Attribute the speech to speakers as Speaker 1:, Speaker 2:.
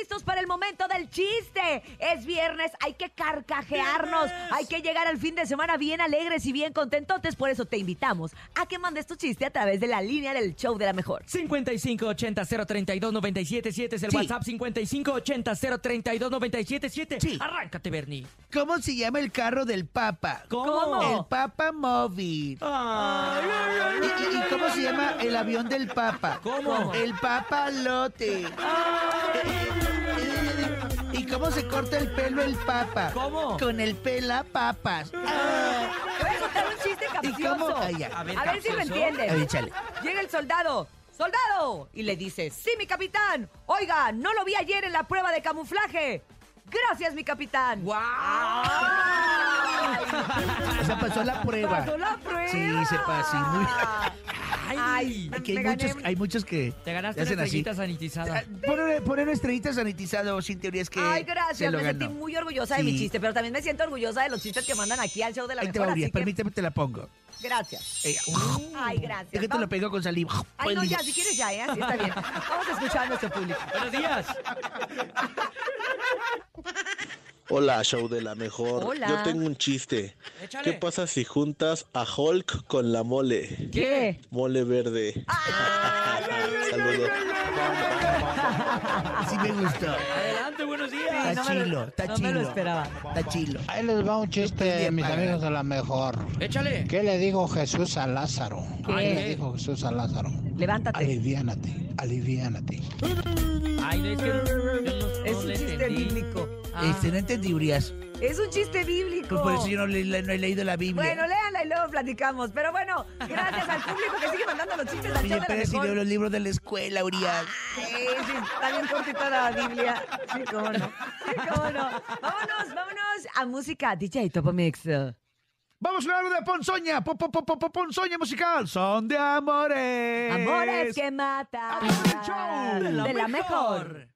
Speaker 1: listos para el momento del chiste. Es viernes, hay que carcajearnos,
Speaker 2: ¡Viernes!
Speaker 1: hay que llegar al fin de semana bien alegres y bien contentotes. Por eso te invitamos a que mandes tu chiste a través de la línea del show de la mejor.
Speaker 2: 5580-032-977 es el
Speaker 3: Sí.
Speaker 2: WhatsApp. 5580-032-977.
Speaker 3: Sí.
Speaker 2: Arráncate, Bernie.
Speaker 3: ¿Cómo se llama el carro del Papa?
Speaker 1: ¿Cómo?
Speaker 3: El Papa Móvil.
Speaker 2: Ay, ay, ay,
Speaker 3: ¿Y, y- y cómo se llama el avión del Papa?
Speaker 2: ¿Cómo?
Speaker 3: El Papalote. ¿Y cómo se corta el pelo el Papa?
Speaker 2: ¿Cómo?
Speaker 3: Con el pela papas.
Speaker 1: Te voy a contar un chiste capcioso.
Speaker 3: cómo? Ay, ay.
Speaker 1: A
Speaker 3: A
Speaker 1: ver,
Speaker 2: ver,
Speaker 1: si lo
Speaker 2: capcioso.
Speaker 1: entiendes.
Speaker 3: A ver, chale.
Speaker 1: Llega el soldado. ¡Soldado! Y le dice, sí, mi capitán. Oiga, no lo vi ayer en la prueba de camuflaje. Gracias, mi capitán.
Speaker 2: ¡Guau!
Speaker 3: O sea, pasó la prueba.
Speaker 1: Pasó la prueba.
Speaker 3: Sí, se pasó. y muy-
Speaker 1: Ay.
Speaker 2: Ay.
Speaker 3: Aquí
Speaker 1: Me
Speaker 3: hay
Speaker 1: gané
Speaker 3: muchos,
Speaker 1: un-
Speaker 3: hay muchos que
Speaker 2: Te ganaste
Speaker 3: hacen
Speaker 2: una
Speaker 3: así.
Speaker 2: estrellita sanitizada.
Speaker 3: Poner, poner una estrellita sanitizado sin teorías que
Speaker 1: Ay,
Speaker 3: se
Speaker 1: gracias.
Speaker 3: lo
Speaker 1: Me sentí
Speaker 3: ganó.
Speaker 1: muy orgullosa de mi
Speaker 3: Sí.
Speaker 1: chiste, pero también me siento orgullosa de los chistes que mandan aquí al show de la
Speaker 3: Ahí te
Speaker 1: mejor.
Speaker 3: va,
Speaker 1: así
Speaker 3: Urias,
Speaker 1: que
Speaker 3: permíteme, te la pongo.
Speaker 1: gracias.
Speaker 3: Eh,
Speaker 2: Uh.
Speaker 1: Ay, gracias.
Speaker 3: es que te
Speaker 1: Vamos-
Speaker 3: lo pego con saliva.
Speaker 1: Ay, no, ya, si quieres ya, ¿eh? Así está bien. Vamos a escuchar a nuestro público.
Speaker 2: Buenos días.
Speaker 4: Hola, show de la mejor.
Speaker 1: Hola.
Speaker 4: Yo tengo un chiste.
Speaker 2: Échale.
Speaker 4: ¿Qué pasa si juntas a Hulk con la mole?
Speaker 1: ¿Qué?
Speaker 4: Mole verde. Saludos.
Speaker 3: Así me gustó.
Speaker 2: Adelante, buenos días.
Speaker 3: Está
Speaker 1: no me lo-
Speaker 3: chilo, está
Speaker 1: no me
Speaker 3: chilo.
Speaker 1: lo esperaba.
Speaker 3: Está chilo.
Speaker 5: Ahí les va un chiste, mis amigos de la mejor.
Speaker 2: Échale.
Speaker 5: ¿Qué le dijo Jesús a Lázaro?
Speaker 1: ¿Qué?
Speaker 5: le dijo Jesús a Lázaro?
Speaker 1: Levántate.
Speaker 5: Aliviánate, aliviánate.
Speaker 2: Ay, no, es que no- no-
Speaker 1: Es
Speaker 2: no
Speaker 1: un
Speaker 2: le
Speaker 1: chiste
Speaker 2: entendí.
Speaker 1: bíblico.
Speaker 3: Este, no entendí, Urias.
Speaker 1: Es un chiste bíblico.
Speaker 3: Pues por eso yo no, le- no he leído la Biblia.
Speaker 1: Bueno, léanla y luego platicamos. Pero bueno, gracias al público que sigue mandando los chistes al
Speaker 3: Oye,
Speaker 1: show de la
Speaker 3: espera si
Speaker 1: mejor.
Speaker 3: leo los libros de la escuela, Urias.
Speaker 1: Sí, sí, está bien cortita la Biblia. Sí, cómo no. Sí, cómo no. Vámonos, vámonos a música DJ Topo Mix.
Speaker 3: Vamos a hablar de Ponzoña. Po, po, po, po, po- Ponzoña musical. Son de amores.
Speaker 1: Amores que matan.
Speaker 3: Amor del show.
Speaker 1: De la mejor.